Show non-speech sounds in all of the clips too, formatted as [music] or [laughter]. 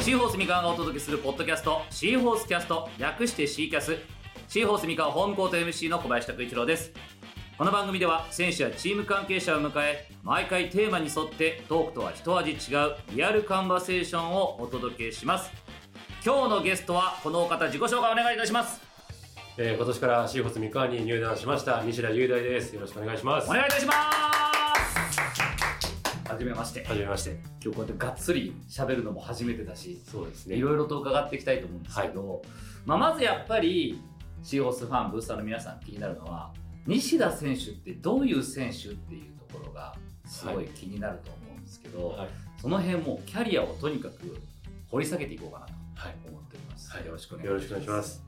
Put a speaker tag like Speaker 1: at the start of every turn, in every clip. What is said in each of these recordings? Speaker 1: シーホース三河がお届けするポッドキャスト、シーホースキャスト、略してシーキャス。シーホース三河ホームコート MC の小林拓一郎です。この番組では選手やチーム関係者を迎え、毎回テーマに沿ってトークとは一味違うリアルカンバセーションをお届けします。今日のゲストはこのお方、自己紹介お願いいたします。
Speaker 2: えー、今年からシーホス三河に入団しました西田雄大です。よろしくお願いします。
Speaker 1: お
Speaker 2: は
Speaker 1: 願いいたしますはじめまして。
Speaker 2: じめまして。
Speaker 1: 今日こうやってがっつり喋るのも初めてだし、
Speaker 2: そうですね。
Speaker 1: いろいろと伺っていきたいと思うんですけど、まあ、まずやっぱりシーホースファンブースターの皆さん気になるのは西田選手ってどういう選手っていうところがすごい気になると思うんですけど、
Speaker 2: はい
Speaker 1: その辺もキャリアをとにかく掘り下げていこうかなと
Speaker 2: はい
Speaker 1: 思っております、
Speaker 2: はい
Speaker 1: よろしくお願いし
Speaker 2: よ
Speaker 1: ま
Speaker 2: ろ
Speaker 1: す
Speaker 2: しくお願いします。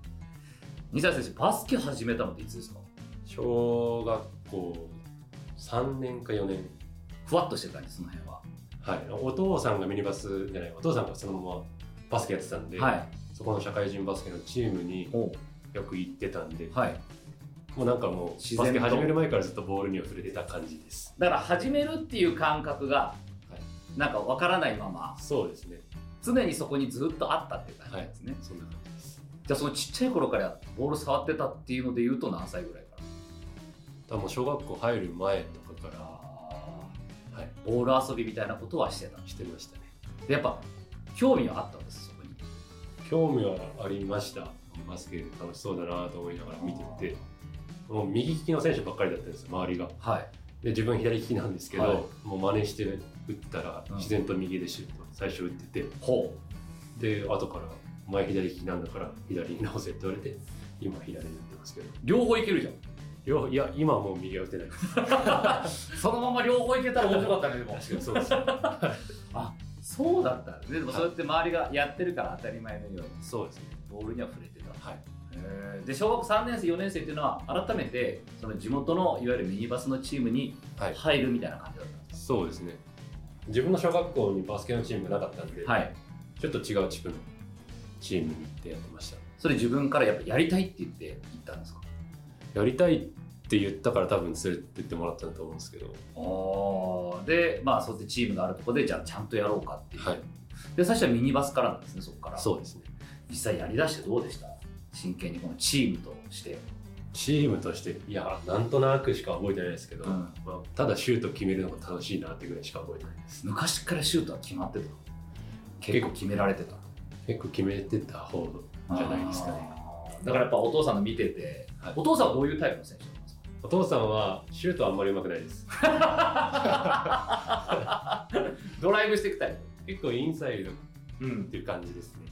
Speaker 1: 西田選手バスケ始めたのっていつですか
Speaker 2: 小学校3年か4年。
Speaker 1: ふわっとしてたんですその辺は、
Speaker 2: はい。お父さんがミニバスじゃない、お父さんがそのままバスケやってたんで、
Speaker 1: はい
Speaker 2: そこの社会人バスケのチームに
Speaker 1: お
Speaker 2: よく行ってたんで、
Speaker 1: はい
Speaker 2: もうなんかも
Speaker 1: 自然
Speaker 2: う
Speaker 1: と
Speaker 2: バスケ始める前からずっとボールには触れてた感じです。
Speaker 1: だから始めるっていう感覚がなんかわからないまま
Speaker 2: そうですね。
Speaker 1: 常にそこにずっとあったっていう感じなんですね、
Speaker 2: そんな感じです。
Speaker 1: じゃあそのちっちゃい頃からボール触ってたっていうので言うと何歳ぐらいから
Speaker 2: 多分小学校入る前と
Speaker 1: あ
Speaker 2: かから、はい、
Speaker 1: ボール遊びみたいなことはしてた
Speaker 2: してましたね。
Speaker 1: でやっぱ興味はあったんですそこに
Speaker 2: 興味はありましたバスケ楽しそうだなと思いながら見ててもう右利きの選手ばっかりだったんですよ周りが
Speaker 1: はい
Speaker 2: で自分左利きなんですけど、
Speaker 1: はい
Speaker 2: もう真似して打ったら
Speaker 1: うん
Speaker 2: 自然と右でシュート最初打ってて、
Speaker 1: ほ
Speaker 2: で後から「お前左利きなんだから左に直せ」って言われて今左に打ってますけど
Speaker 1: う両方いけるじゃん
Speaker 2: 両いや今はもう右は打てないです
Speaker 1: そのまま両方いけたら面白かったねでも
Speaker 2: そうです
Speaker 1: [laughs] そうだったんですねでもそうやって周りがやってるから当たり前のように
Speaker 2: [laughs] そうですね
Speaker 1: ボールには触れてた
Speaker 2: はい
Speaker 1: へーで小学3年生4年生っていうのは改めてその地元のいわゆるミニバスのチームに
Speaker 2: はい
Speaker 1: 入るみたいな感じだったんで
Speaker 2: そうですね自分の小学校にバスケのチームがなかったんで、
Speaker 1: すはい
Speaker 2: ちょっと違う地区のチームに行ってやってました
Speaker 1: それ自分からやっぱやりたいって言って行ったんですか
Speaker 2: やりたいって言ったから多分連れてってもらったんだと思うんですけど、
Speaker 1: ああでまあそうやってチームがあるとこでじゃあちゃんとやろうかっていう、
Speaker 2: はい、
Speaker 1: で最初はミニバスからなんですねそこから
Speaker 2: そうですね。
Speaker 1: 実際やりだしてどうでした真剣にこのチームとして、
Speaker 2: チームとして、いや、なんとなくしか覚えてないですけど、
Speaker 1: うん
Speaker 2: まあ、ただシュート決めるのが楽しいなってぐらいしか覚えてないです。
Speaker 1: 昔からシュートは決まってた結構決められてた
Speaker 2: 結構決めてた方じゃないですかね。
Speaker 1: あーだからやっぱお父さんの見てて、
Speaker 2: はい
Speaker 1: お父さんはどういうタイプの選手なんですか
Speaker 2: お父さんはシュートあんまり上手くないです。
Speaker 1: ドライブしていくタイ
Speaker 2: 結構インサイドっ
Speaker 1: プ、うん、
Speaker 2: ていう感じですね。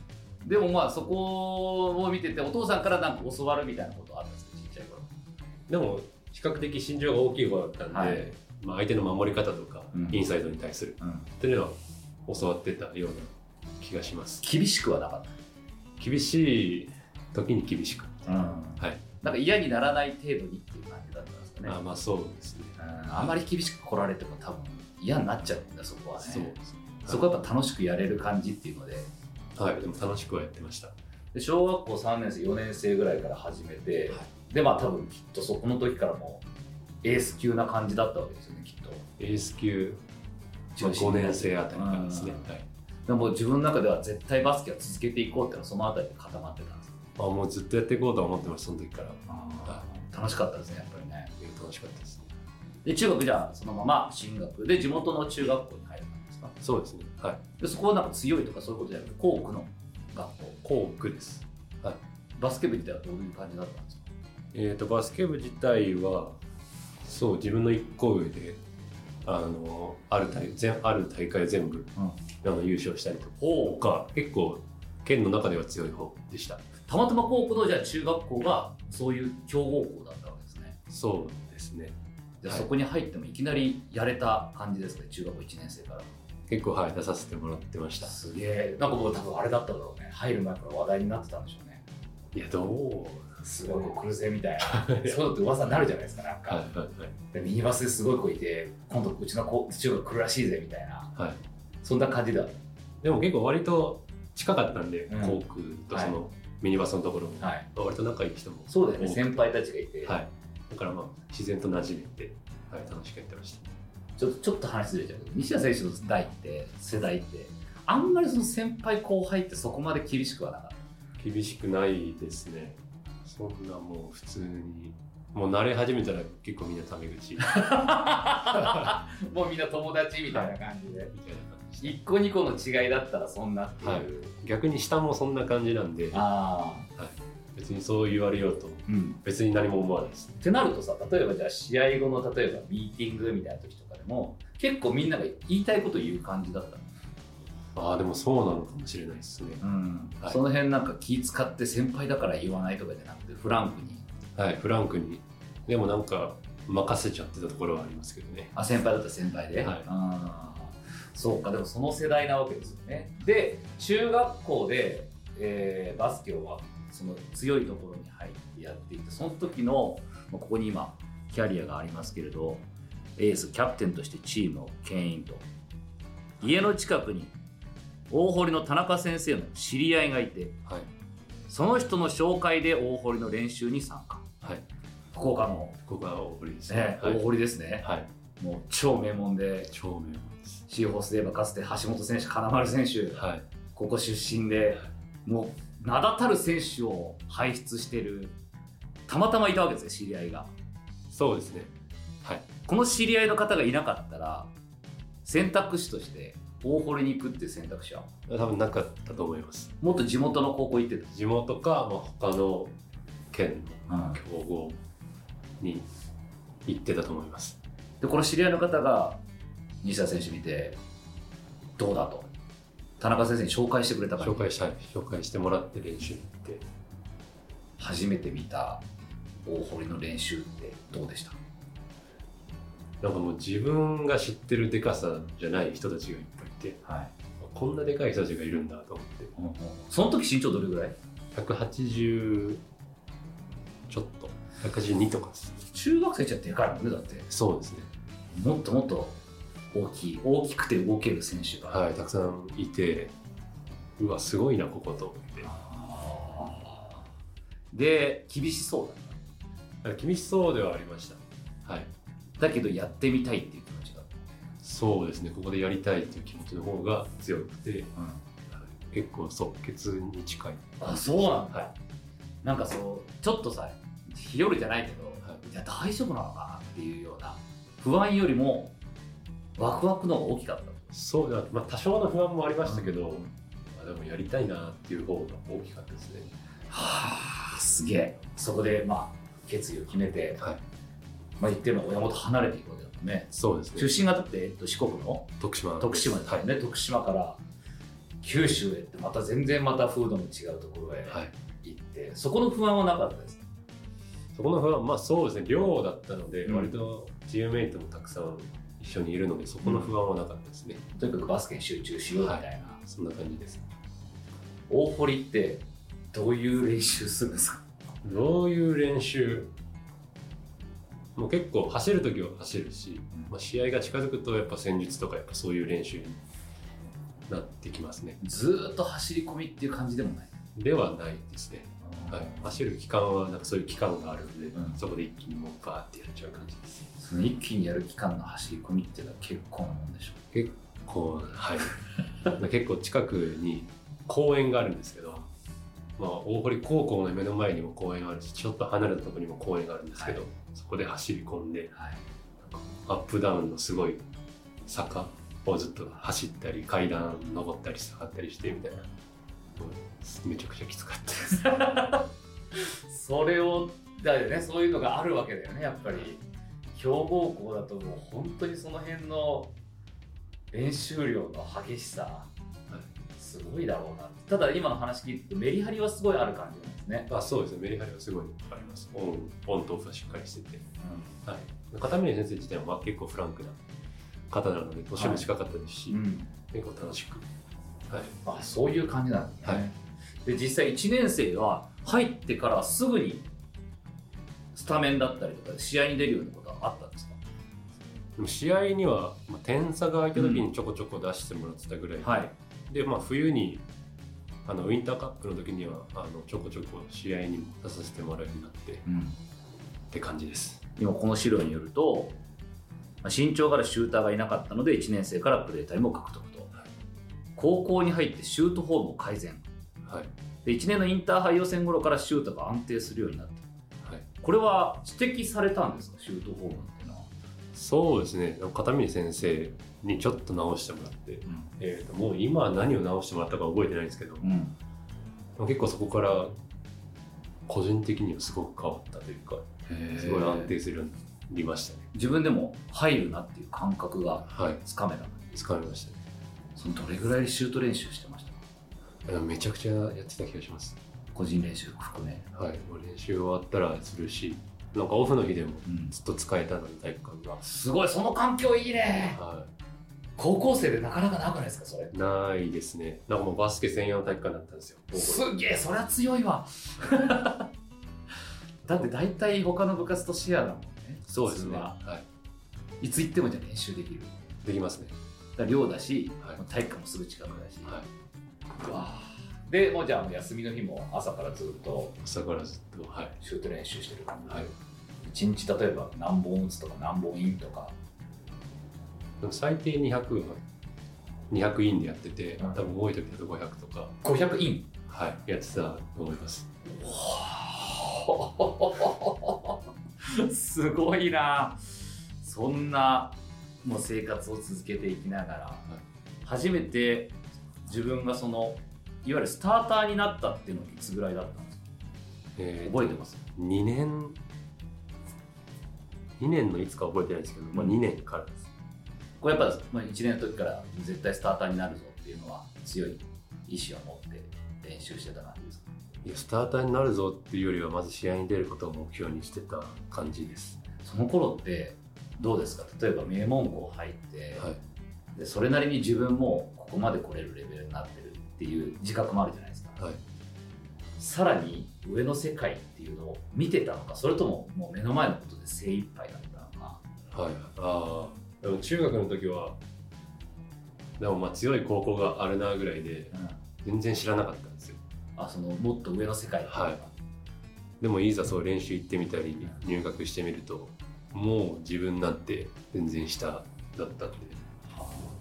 Speaker 1: でもまあそこを見ててお父さんからなんか教わるみたいなことあったんですかちっちゃい頃、
Speaker 2: でも、比較的身長が大きい方だったんで、
Speaker 1: はい
Speaker 2: まあ、相手の守り方とか、
Speaker 1: うん
Speaker 2: インサイドに対するっていうのは教わってたような気がします。
Speaker 1: 厳しくはなかっ
Speaker 2: 厳しい時に厳しく。
Speaker 1: た、
Speaker 2: はい。
Speaker 1: なんか嫌にならない程度にっていう感じだったんですかね
Speaker 2: あまあそうですね。
Speaker 1: うんあまり厳しく来られても多分嫌になっちゃうんだそこはね
Speaker 2: そうですね。
Speaker 1: そこはやっぱ楽しくやれる感じっていうので
Speaker 2: はい、でも楽しくはやってました。
Speaker 1: で小学校3年生4年生ぐらいから始めて、
Speaker 2: は
Speaker 1: でまあ多分きっとそこの時からもうエース級な感じだったわけですよねきっと
Speaker 2: エース級、まあ、
Speaker 1: 中心
Speaker 2: 5
Speaker 1: にな
Speaker 2: 年生あたりからですね
Speaker 1: うん。
Speaker 2: はい。
Speaker 1: でも自分の中では絶対バスケは続けていこうっていうのはそのあたりで固まってたんですよ
Speaker 2: まあもうずっとやっていこうとは思ってました、その時から。
Speaker 1: 楽しかったですねやっぱりね
Speaker 2: 楽しかったですね。
Speaker 1: で中学じゃあそのまま進学で地元の中学校に入るんですか
Speaker 2: そうですね。はい。
Speaker 1: でそこはなんか強いとかそういうことじゃなくて校区の学校
Speaker 2: 校区です。
Speaker 1: バスケ部自体はどういう感じだったんですか
Speaker 2: えっ、と、バスケ部自体は、そう、自分の1個上で、あの、ある大全ある大会全部、あの優勝したりと
Speaker 1: ほ
Speaker 2: か、結構、県の中では強い方でした。
Speaker 1: たまたま高校のじゃあ中学校がそういう強豪校だったわけですね
Speaker 2: そうですね。
Speaker 1: で、
Speaker 2: はい
Speaker 1: そこに入ってもいきなりやれた感じですね中学校1年生から
Speaker 2: 結構、はい、出させてもらってました。
Speaker 1: すげえなんかもう多分あれだっただろうね入る前から話題になってたんでしょうね
Speaker 2: いや、どう
Speaker 1: すごいこう来るぜみたい [laughs] なそうだって噂になるじゃないですかなんか、
Speaker 2: はいはいはい。
Speaker 1: でミニバスですごい子いて今度うちの子中学来るらしいぜみたいな
Speaker 2: はい
Speaker 1: そんな感じだ
Speaker 2: でも結構割と近かったんで、
Speaker 1: うん
Speaker 2: 航空とそのミニバスのところ、
Speaker 1: はい、
Speaker 2: まあ、割と仲いい人も
Speaker 1: そうだよね
Speaker 2: 多く
Speaker 1: 先輩たちがいて、
Speaker 2: はい、だからまあ自然と馴染めて、はい、楽しくやってました
Speaker 1: ちょっとちょっと話ずれちゃうけど西田選手の代って世代ってあんまりその先輩後輩ってそこまで厳しくはなかった
Speaker 2: 厳しくないですねそんなもう普通にもう慣れ始めたら結構みんなタメ口みたいな
Speaker 1: [laughs] もうみんな友達みたいな感じで、
Speaker 2: 感じで
Speaker 1: 一個二個の [laughs] 違いだったらそんなっていう、
Speaker 2: はい逆に下もそんな感じなんで
Speaker 1: ああ
Speaker 2: 別にそう言われようと
Speaker 1: うん
Speaker 2: 別に何も思わないですね
Speaker 1: ってなるとさ例えばじゃあ試合後の例えばミーティングみたいな時とかでも結構みんなが言いたいこと言う感じだったの
Speaker 2: ああでもそうなのかもしれないですねはい
Speaker 1: その辺なんか気使って先輩だから言わないとかじゃなくてフランクに
Speaker 2: はいフランクにでもなんか任せちゃってたところはありますけどね
Speaker 1: あ先輩だったら先輩で、
Speaker 2: はい
Speaker 1: あーそうかでもその世代なわけですよねで中学校で、えーバスケはその強いところに入ってやっていてその時のまあここに今キャリアがありますけれどエースキャプテンとしてチームを牽引と家の近くに大堀の田中先生の知り合いがいて
Speaker 2: はい
Speaker 1: その人の紹介で大堀の練習に参加
Speaker 2: はい
Speaker 1: 福岡の、
Speaker 2: ここは大堀です
Speaker 1: ね
Speaker 2: ねはい
Speaker 1: 大、堀ですね
Speaker 2: はい、
Speaker 1: もう超名門で
Speaker 2: 超名門です
Speaker 1: シーホースで言えばかつて橋本選手、金丸選手、
Speaker 2: はい
Speaker 1: ここ出身で、もう名だたる選手を輩出してる、たまたまいたわけですね、知り合いが。
Speaker 2: そうですねはい
Speaker 1: この知り合いの方がいなかったら、選択肢として大堀に行くっていう選択肢は、
Speaker 2: 多分なかったと思います
Speaker 1: もっと地元の高校行ってた。
Speaker 2: 地元か、まあ、他の県の競合に行ってたと思います
Speaker 1: で、この知り合いの方が、西田選手見て、どうだと、田中先生に紹介してくれたから、
Speaker 2: 紹介したい紹介してもらって練習に行って
Speaker 1: 初めて見た大堀の練習ってどうでした
Speaker 2: なんかもう自分が知ってるでかさじゃない人たちがいっぱいいて
Speaker 1: はい、
Speaker 2: こんなでかい人たちがいるんだと思って
Speaker 1: その時身長どれぐらい
Speaker 2: 180ちょっと182とかです
Speaker 1: 中学生じゃでかいもんねだって
Speaker 2: そうですね
Speaker 1: もっともっと大きい大きくて動ける選手が、
Speaker 2: はいたくさんいてうわすごいなここと思って
Speaker 1: あーで厳しそう
Speaker 2: 厳しそうではありましたはい
Speaker 1: だだけどやってみたいっていう気持ちが、
Speaker 2: そうですねここでやりたいという気持ちの方が強くて結構即決に近い
Speaker 1: あそうなんだ、
Speaker 2: は
Speaker 1: なんかそうちょっとさ日和じゃないけど、、
Speaker 2: はい
Speaker 1: や大丈夫なのかなっていうような不安よりもワクワクの方が大きかった
Speaker 2: そうだ、まあ、多少の不安もありましたけど、まあ、でもやりたいなっていう方が大きかったですね
Speaker 1: はあすげえそこでまあ決意を決めて、
Speaker 2: はい
Speaker 1: まあ、言っても親元離れていくわけだもんね
Speaker 2: そうです
Speaker 1: 出身がだって、えっと、四国の
Speaker 2: 徳島
Speaker 1: 徳島ですよね、徳島から九州へってまた全然また風土の違うところへ
Speaker 2: はい
Speaker 1: 行って、そこの不安はなかったです
Speaker 2: そこの不安まあそうですね寮だったので、
Speaker 1: うん
Speaker 2: 割とチームメイトもたくさん一緒にいるのでそこの不安はなかったですね、
Speaker 1: とにかくバスケに集中しようみたいな、
Speaker 2: そんな感じです
Speaker 1: 大堀ってどういう練習するんですか
Speaker 2: どういう練習もう結構走る時は走るし、まあ、試合が近づくとやっぱ戦術とかやっぱそういう練習になってきますね
Speaker 1: ずーっと走り込みっていう感じでもない、
Speaker 2: ではないですね、はい、走る期間はなんかそういう期間があるので、
Speaker 1: うん
Speaker 2: そこで一気にもうバーってやっちゃう感じです
Speaker 1: その一気にやる期間の走り込みっていうのは結構なもんでしょ
Speaker 2: 結構はい [laughs] 結構近くに公園があるんですけど、まあ、大堀高校の目の前にも公園があるしちょっと離れたところにも公園があるんですけど、そこで走り込んで
Speaker 1: はい
Speaker 2: アップダウンのすごい坂をずっと走ったり階段登ったり下がったりしてみたいなもうめちゃくちゃきつかったです
Speaker 1: それをだよねそういうのがあるわけだよねやっぱり強豪校だともう本当にその辺の練習量の激しさすごいだろうなただ今の話聞いてメリハリはすごいある感じなんですね、
Speaker 2: [laughs] あそうですねメリハリはすごいありますオンオンとオフがしっかりしててはい、片峰先生自体は結構フランクな方なので年も近かったですし、
Speaker 1: ん、
Speaker 2: 結構楽しく、はい、
Speaker 1: あそういう感じなんですね、
Speaker 2: は
Speaker 1: で実際1年生は入ってからすぐにスタメンだったりとか試合に出るようなことはあったんですか
Speaker 2: でも試合には、まあ、点差が空いた時にちょこちょこ出してもらってたぐらい、
Speaker 1: はい
Speaker 2: で、まあ、冬にあのウィンターカップの時にはあのちょこちょこ試合にも出させてもらうようになってっ
Speaker 1: うん、
Speaker 2: て感じです。
Speaker 1: 今この資料によるとまあ身長からシューターがいなかったので1年生からプレータイムを獲得と高校に入ってシュートフォームを改善
Speaker 2: はい
Speaker 1: で1年のインターハイ予選頃からシュートが安定するようになった
Speaker 2: はい、
Speaker 1: これは指摘されたんですかシュートフォームっていうのは、
Speaker 2: そうですね片峰先生にちょっと直してもらって、えー、ともう今は何を直してもらったか覚えてないんですけど
Speaker 1: うん、
Speaker 2: 結構そこから個人的にはすごく変わったというかすごい安定するようになりましたね。
Speaker 1: 自分でも入るなっていう感覚が
Speaker 2: はい
Speaker 1: つかめた
Speaker 2: 疲れましたね
Speaker 1: そのどれぐらいシュート練習してました
Speaker 2: あのめちゃくちゃやってた気がします。
Speaker 1: 個人練習含め、
Speaker 2: はい、もう練習終わったらするしなんかオフの日でも
Speaker 1: うん、
Speaker 2: ずっと使えたので体育館が。
Speaker 1: すごいその環境いいね
Speaker 2: は
Speaker 1: 高校生でなかなかなくないですかそれ
Speaker 2: い、ないですね。なんかもうバスケ専用の体育館だったんですよ。
Speaker 1: すげえそりゃ強い
Speaker 2: [laughs]
Speaker 1: わだって大体他の部活とシェアだもんね
Speaker 2: そうです
Speaker 1: 普
Speaker 2: ね。
Speaker 1: 通は
Speaker 2: はい。
Speaker 1: いつ行ってもじゃあ練習できる
Speaker 2: できますね。
Speaker 1: だから寮だし、
Speaker 2: はい
Speaker 1: もう体育館もすぐ近くだし、
Speaker 2: はい。
Speaker 1: うわーでもうじゃあもう休みの日も朝からずっと
Speaker 2: 朝からずっとはい
Speaker 1: シュート練習してる感じ、
Speaker 2: はい。
Speaker 1: 一日例えば何本打つとか何本インとか
Speaker 2: でも最低200は200インでやってて、
Speaker 1: うん
Speaker 2: 多分多い時だと500とか
Speaker 1: 500イン
Speaker 2: はいやってたと思います。
Speaker 1: すごいなそんなもう生活を続けていきながら、初めて自分がそのいわゆるスターターになったっていうのはいつぐらいだったんですか
Speaker 2: え
Speaker 1: 覚えてます
Speaker 2: 2年2年のいつか覚えてないですけど、まあ、
Speaker 1: うん
Speaker 2: 2年からです。
Speaker 1: これやっぱ、まあ、1年の時から絶対スターターになるぞっていうのは強い意志を持って練習してた感じですか
Speaker 2: いやスターターになるぞっていうよりはまず試合に出ることを目標にしてた感じです。
Speaker 1: その頃ってどうですか例えば名門校入って、
Speaker 2: はい
Speaker 1: でそれなりに自分もここまで来れるレベルになってるっていう自覚もあるじゃないですか
Speaker 2: はい。
Speaker 1: さらに上の世界っていうのを見てたのかそれとももう目の前のことで精一杯だったのか
Speaker 2: はい、ああでも中学の時はでもまあ強い高校があるなぐらいで全然知らなかったんですよ
Speaker 1: あそのもっと上の世界っていうのが
Speaker 2: はいでもいざそう練習行ってみたり入学してみるともう自分なんて全然下だったんで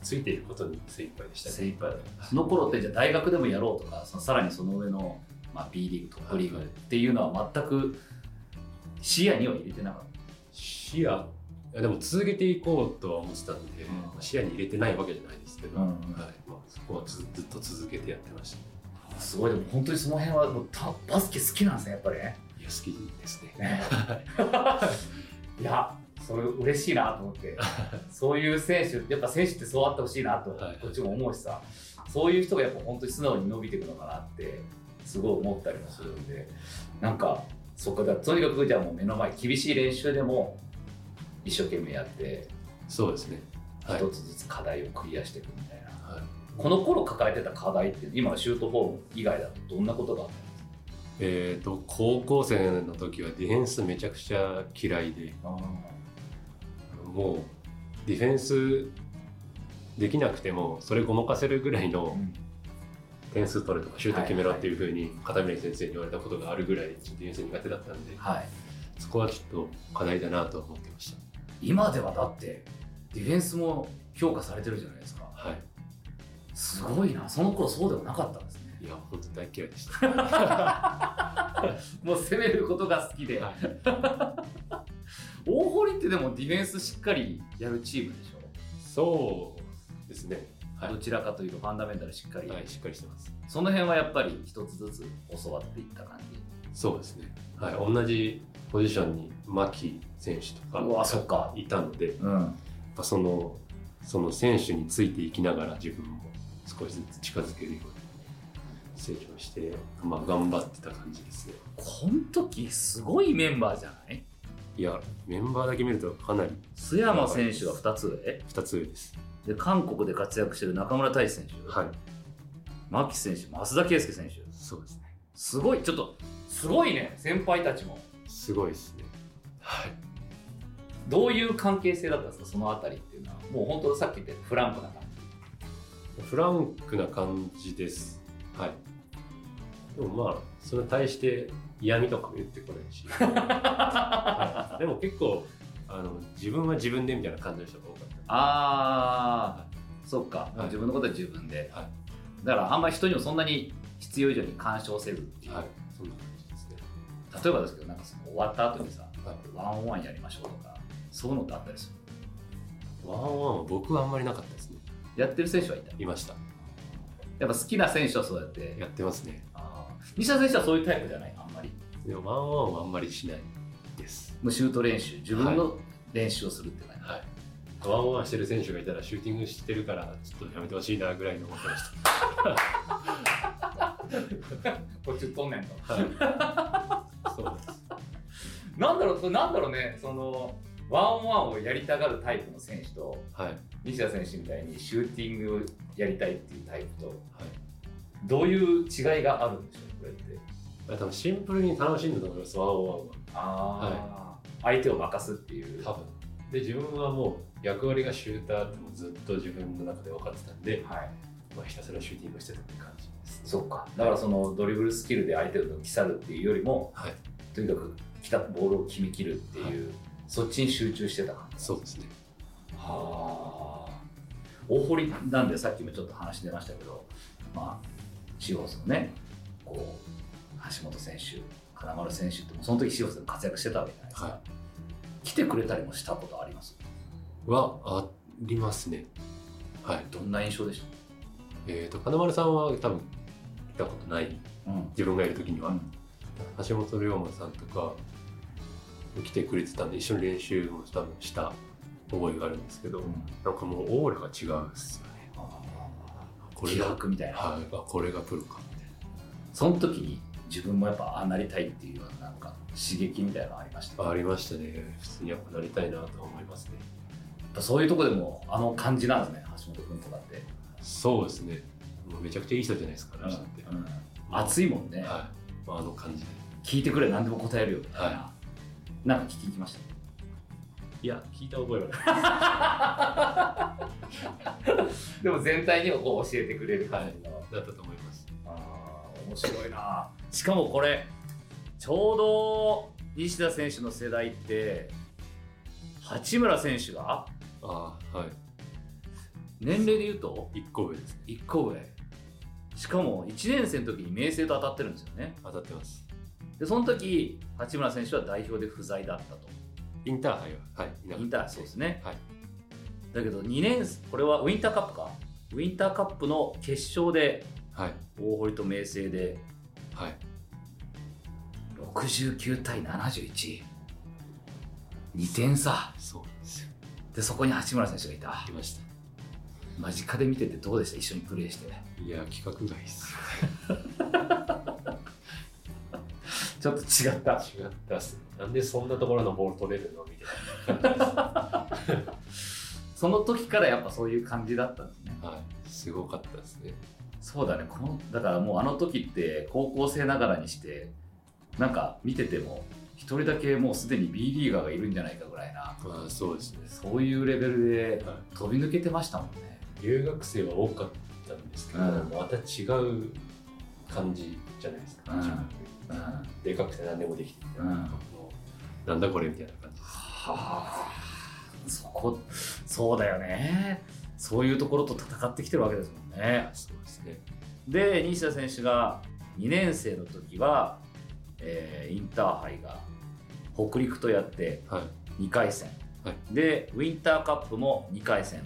Speaker 2: ついていることに精一杯でしたね
Speaker 1: 精一杯だったその頃ってじゃあ大学でもやろうとかそのさらにその上の、まあ、B リーグトップリーグっていうのは全く視野には入れてなかった
Speaker 2: 視野いやでも続けていこうとは思ってたんで、
Speaker 1: うん
Speaker 2: 視野に入れてないわけじゃないですけど、
Speaker 1: うん
Speaker 2: はい
Speaker 1: うん
Speaker 2: まあ、そこはずずっと続けてやってました
Speaker 1: すごいでも本当にその辺はもうたバスケ好きなんですねやっぱりね
Speaker 2: いや好きですね [laughs]
Speaker 1: ねいやそれ嬉しいなと思ってそういう選手やっぱ選手ってそうあってほしいなと
Speaker 2: はい
Speaker 1: こっちも思うしさそういう人がやっぱ本当に素直に伸びていくのかなってすごい思ったりもするんでなんかそこだとにかくじゃあもう目の前厳しい練習でも一生懸命やって
Speaker 2: そうですねはい、は
Speaker 1: 一
Speaker 2: い、
Speaker 1: つずつ課題をクリアしていくみたいな、この頃抱えてた課題って今のシュートフォーム以外だとどんなことがあったんですか
Speaker 2: えー、と高校生の時はディフェンスめちゃくちゃ嫌いでもうディフェンスできなくてもそれごまかせるぐらいの点数取るとかシュート決めろっていうふうに片峰先生に言われたことがあるぐらいディフェンス苦手だったんで
Speaker 1: はい
Speaker 2: そこはちょっと課題だなとは思ってまし
Speaker 1: 今ではだってディフェンスも評価されてるじゃないですか
Speaker 2: たはい
Speaker 1: すごいなその頃そうでもなかったんですね
Speaker 2: いや本当大嫌いでした、
Speaker 1: [laughs] もう攻めることが好きで
Speaker 2: はい
Speaker 1: 大堀ってでもディフェンスしっかりやるチームでしょ、
Speaker 2: そうですねはい
Speaker 1: ど、ちらかというとファンダメンタルしっかり、
Speaker 2: はい、しっかりしてます
Speaker 1: その辺はやっぱり一つずつ教わっていった感じ
Speaker 2: そうですねはい同じポジションに牧選手とか
Speaker 1: うわそっか
Speaker 2: いたので
Speaker 1: うん
Speaker 2: やっぱそのその選手についていきながら自分も少しずつ近づけるように成長して、まあ、頑張ってた感じですね
Speaker 1: この時すごいメンバーじゃない
Speaker 2: いやメンバーだけ見るとかなり
Speaker 1: 須山選手が2つ上
Speaker 2: 2つ上です
Speaker 1: で韓国で活躍してる中村太志選手、
Speaker 2: はい
Speaker 1: 牧選手増田圭佑選手
Speaker 2: そうですね
Speaker 1: すごいちょっとすごいね先輩たちも
Speaker 2: すごいですねはい
Speaker 1: どういう関係性だったんですかそのあたりっていうのはもう本当さっき言ったようにフランクな感じ
Speaker 2: フランクな感じですはいでもまあそれに対して嫌味とかも言ってこない [laughs] し、はいでも結構あの自分は自分でみたいな感じの人が多かった
Speaker 1: あーそっか、
Speaker 2: はい
Speaker 1: 自分のことは自分で、
Speaker 2: は
Speaker 1: だからあんまり人にもそんなに必要以上に干渉せずっていう、
Speaker 2: はいそんな感じですね
Speaker 1: 例えばですけどなんかその終わった後にさ
Speaker 2: はい
Speaker 1: ワンオンワンやりましょうとかそういうのってあったりする
Speaker 2: ワンオンワンは僕はあんまりなかったですね
Speaker 1: やってる選手はいた
Speaker 2: いました
Speaker 1: やっぱ好きな選手はそうやって
Speaker 2: やってますね
Speaker 1: あー西田選手はそういうタイプじゃないあんまり
Speaker 2: でもワンオンワンはあんまりしないです
Speaker 1: もうシュート練習自分の練習をするって感じ、
Speaker 2: はいワンオンワンしてる選手がいたらシューティングしてるからちょっとやめてほしいなぐらいの思ってました
Speaker 1: こっちとんねんと
Speaker 2: はい、 [laughs] そうです。
Speaker 1: なんだろうそれなんだろうねそのワンオンワンをやりたがるタイプの選手と
Speaker 2: はい。はい。
Speaker 1: 西田選手みたいにシューティングをやりたいっていうタイプとどういう違いがあるんでしょうねこれって
Speaker 2: まあ、多分シンプルに楽しんだと思います、ワンオンワンは。
Speaker 1: ああ、相手を任すっていう
Speaker 2: 多分。で、自分はもう役割がシューターってもうずっと自分の中で分かってたんで、
Speaker 1: はい
Speaker 2: まあ、ひたすらシューティングしてたって感じです。
Speaker 1: そうかだからそのドリブルスキルで相手を抜き去るっていうよりも
Speaker 2: はい。
Speaker 1: とにかく来たボールを決めきるっていう、そっちに集中してた感じ
Speaker 2: そうですね。
Speaker 1: はあ大堀なんでさっきもちょっと話出ましたけど、まあ、シオスのねこう橋本選手金丸選手ってもうその時シオスでも活躍してたわけじゃないですか、
Speaker 2: は
Speaker 1: 来てくれたりもしたことあります
Speaker 2: は、ありますね。はい。
Speaker 1: どんな印象でし
Speaker 2: えっ、と、金丸さんは多分、見たことない。
Speaker 1: た、うん
Speaker 2: 自分がいる時には。橋本龍馬さんとか来てくれてたんで一緒に練習も多分した覚えがあるんですけど、なんかもうオーラが違うんですよねこれ
Speaker 1: 気
Speaker 2: が、
Speaker 1: 迫みたいな、
Speaker 2: はい、あこれがプロかみたい
Speaker 1: その時に自分もやっぱああなりたいっていうようななんか刺激みたいなのありました
Speaker 2: なありましたね普通にやっぱなりたいなと思いますね
Speaker 1: やっぱそういうとこでもあの感じなんですね橋本君とかって、
Speaker 2: そうですねもうめちゃくちゃいい人じゃないですか、あの人って、
Speaker 1: うん熱いもんね、
Speaker 2: はい、まあ、あの感じで
Speaker 1: 聞いてくれ何でも答えるよみたいな、
Speaker 2: は
Speaker 1: なんか聞きに行きました
Speaker 2: いや聞いた覚えはな
Speaker 1: [laughs]
Speaker 2: い
Speaker 1: でも全体にもこう教えてくれる感じの、
Speaker 2: だったと思います
Speaker 1: あー面白いなしかもこれちょうど西田選手の世代って八村選手が
Speaker 2: ああはい
Speaker 1: 年齢で言うと
Speaker 2: 1個上ですね
Speaker 1: 1個上しかも1年生の時に明星と当たってるんですよね
Speaker 2: 当たってます
Speaker 1: でその時八村選手は代表で不在だったと
Speaker 2: インターハイははいいな
Speaker 1: インターハイそうですね、
Speaker 2: はい
Speaker 1: だけど2年これはウィンターカップかウィンターカップの決勝で
Speaker 2: はい
Speaker 1: 大堀と明星で
Speaker 2: はい
Speaker 1: 69対712点差
Speaker 2: そうなんですよ
Speaker 1: でそこに八村選手がいた
Speaker 2: 来ました
Speaker 1: 間近で見ててどうでした一緒にプレーして
Speaker 2: いや企画外っす
Speaker 1: ちょっと違った
Speaker 2: 違ったっすなんでそんなところのボール取れるのみたい
Speaker 1: その時からやっぱそういう感じだったんですね
Speaker 2: なはいすごかったですね
Speaker 1: そうだねこのだからもうあの時って高校生ながらにしてなんか見てても一人だけもうすでに B リーガーがいるんじゃないかぐらいな
Speaker 2: まあそうですね
Speaker 1: そういうレベルで
Speaker 2: は
Speaker 1: 飛び抜けてましたもんね
Speaker 2: 留学生は多かったんですけど、
Speaker 1: うん
Speaker 2: また違う感じじゃないですか、
Speaker 1: うん
Speaker 2: 自分
Speaker 1: うんは
Speaker 2: でかくて何でもできてみたいな、
Speaker 1: うん
Speaker 2: もうなんだこれみたいな感じです
Speaker 1: あそこそうだよねそういうところと戦ってきてるわけですもんね
Speaker 2: そうですね
Speaker 1: で西田選手が2年生の時は、えーインターハイが北陸とやって
Speaker 2: はい
Speaker 1: 2回戦、
Speaker 2: は
Speaker 1: でウィンターカップも2回戦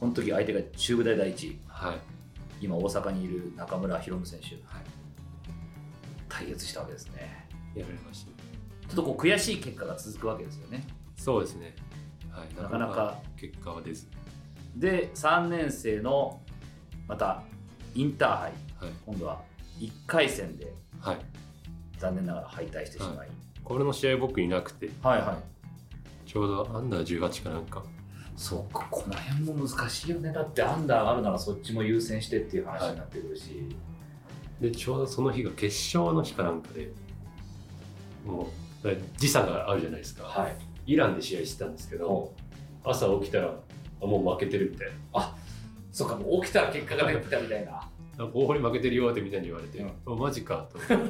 Speaker 1: この時相手が中部大第一
Speaker 2: はい
Speaker 1: 今大阪にいる中村宏夢選手
Speaker 2: は
Speaker 1: 対決したわけですね
Speaker 2: いやられましたね
Speaker 1: ちょっとこう悔しい結果が続くわけですよね
Speaker 2: そうですねはい
Speaker 1: なかなか
Speaker 2: 結果は出ず
Speaker 1: で3年生のまたインターハイ
Speaker 2: はい
Speaker 1: 今度は1回戦で
Speaker 2: はい
Speaker 1: 残念ながら敗退してしまい、
Speaker 2: これの試合僕いなくて
Speaker 1: はい、はい
Speaker 2: ちょうどアンダー18かなんか
Speaker 1: そうかこの辺も難しいよねだってアンダーがあるならそっちも優先してっていう話になってくるし、
Speaker 2: でちょうどその日が決勝の日かなんかでもうだから時差があるじゃないですか、
Speaker 1: はい
Speaker 2: イランで試合してたんですけど、朝起きたらあもう負けてるみたいな
Speaker 1: [laughs] そうかもう起きたら結果が出てたみたいな
Speaker 2: なんか大堀負けてるよってみんなに言われて、
Speaker 3: う
Speaker 2: あマジかと思っ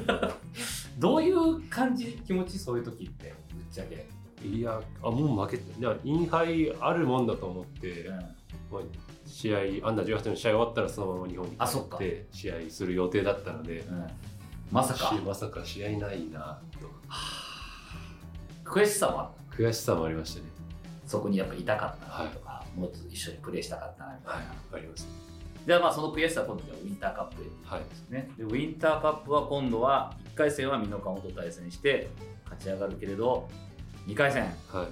Speaker 3: どういう感じ気持ちそういう時ってぶっちゃけ、
Speaker 2: ていやあもう負けてだからインハイあるもんだと思って、まあ、試合アンダー18の試合終わったらそのまま日本に
Speaker 1: あそっ
Speaker 2: 帰
Speaker 1: か
Speaker 2: って試合する予定だったので
Speaker 3: うん
Speaker 1: まさか
Speaker 2: しまさか試合ないなと
Speaker 1: 悔しさは
Speaker 2: 悔しさもありましたね
Speaker 1: そこにやっぱ痛かったなとか、もっと一緒にプレーしたかったなみたいな、
Speaker 2: あります
Speaker 1: じゃあまあその悔しさは今度じゃあウィンターカップへ
Speaker 2: はい
Speaker 1: ですねでウィンターカップは今度は1回戦は美濃加茂と対戦して勝ち上がるけれど2回戦
Speaker 2: はい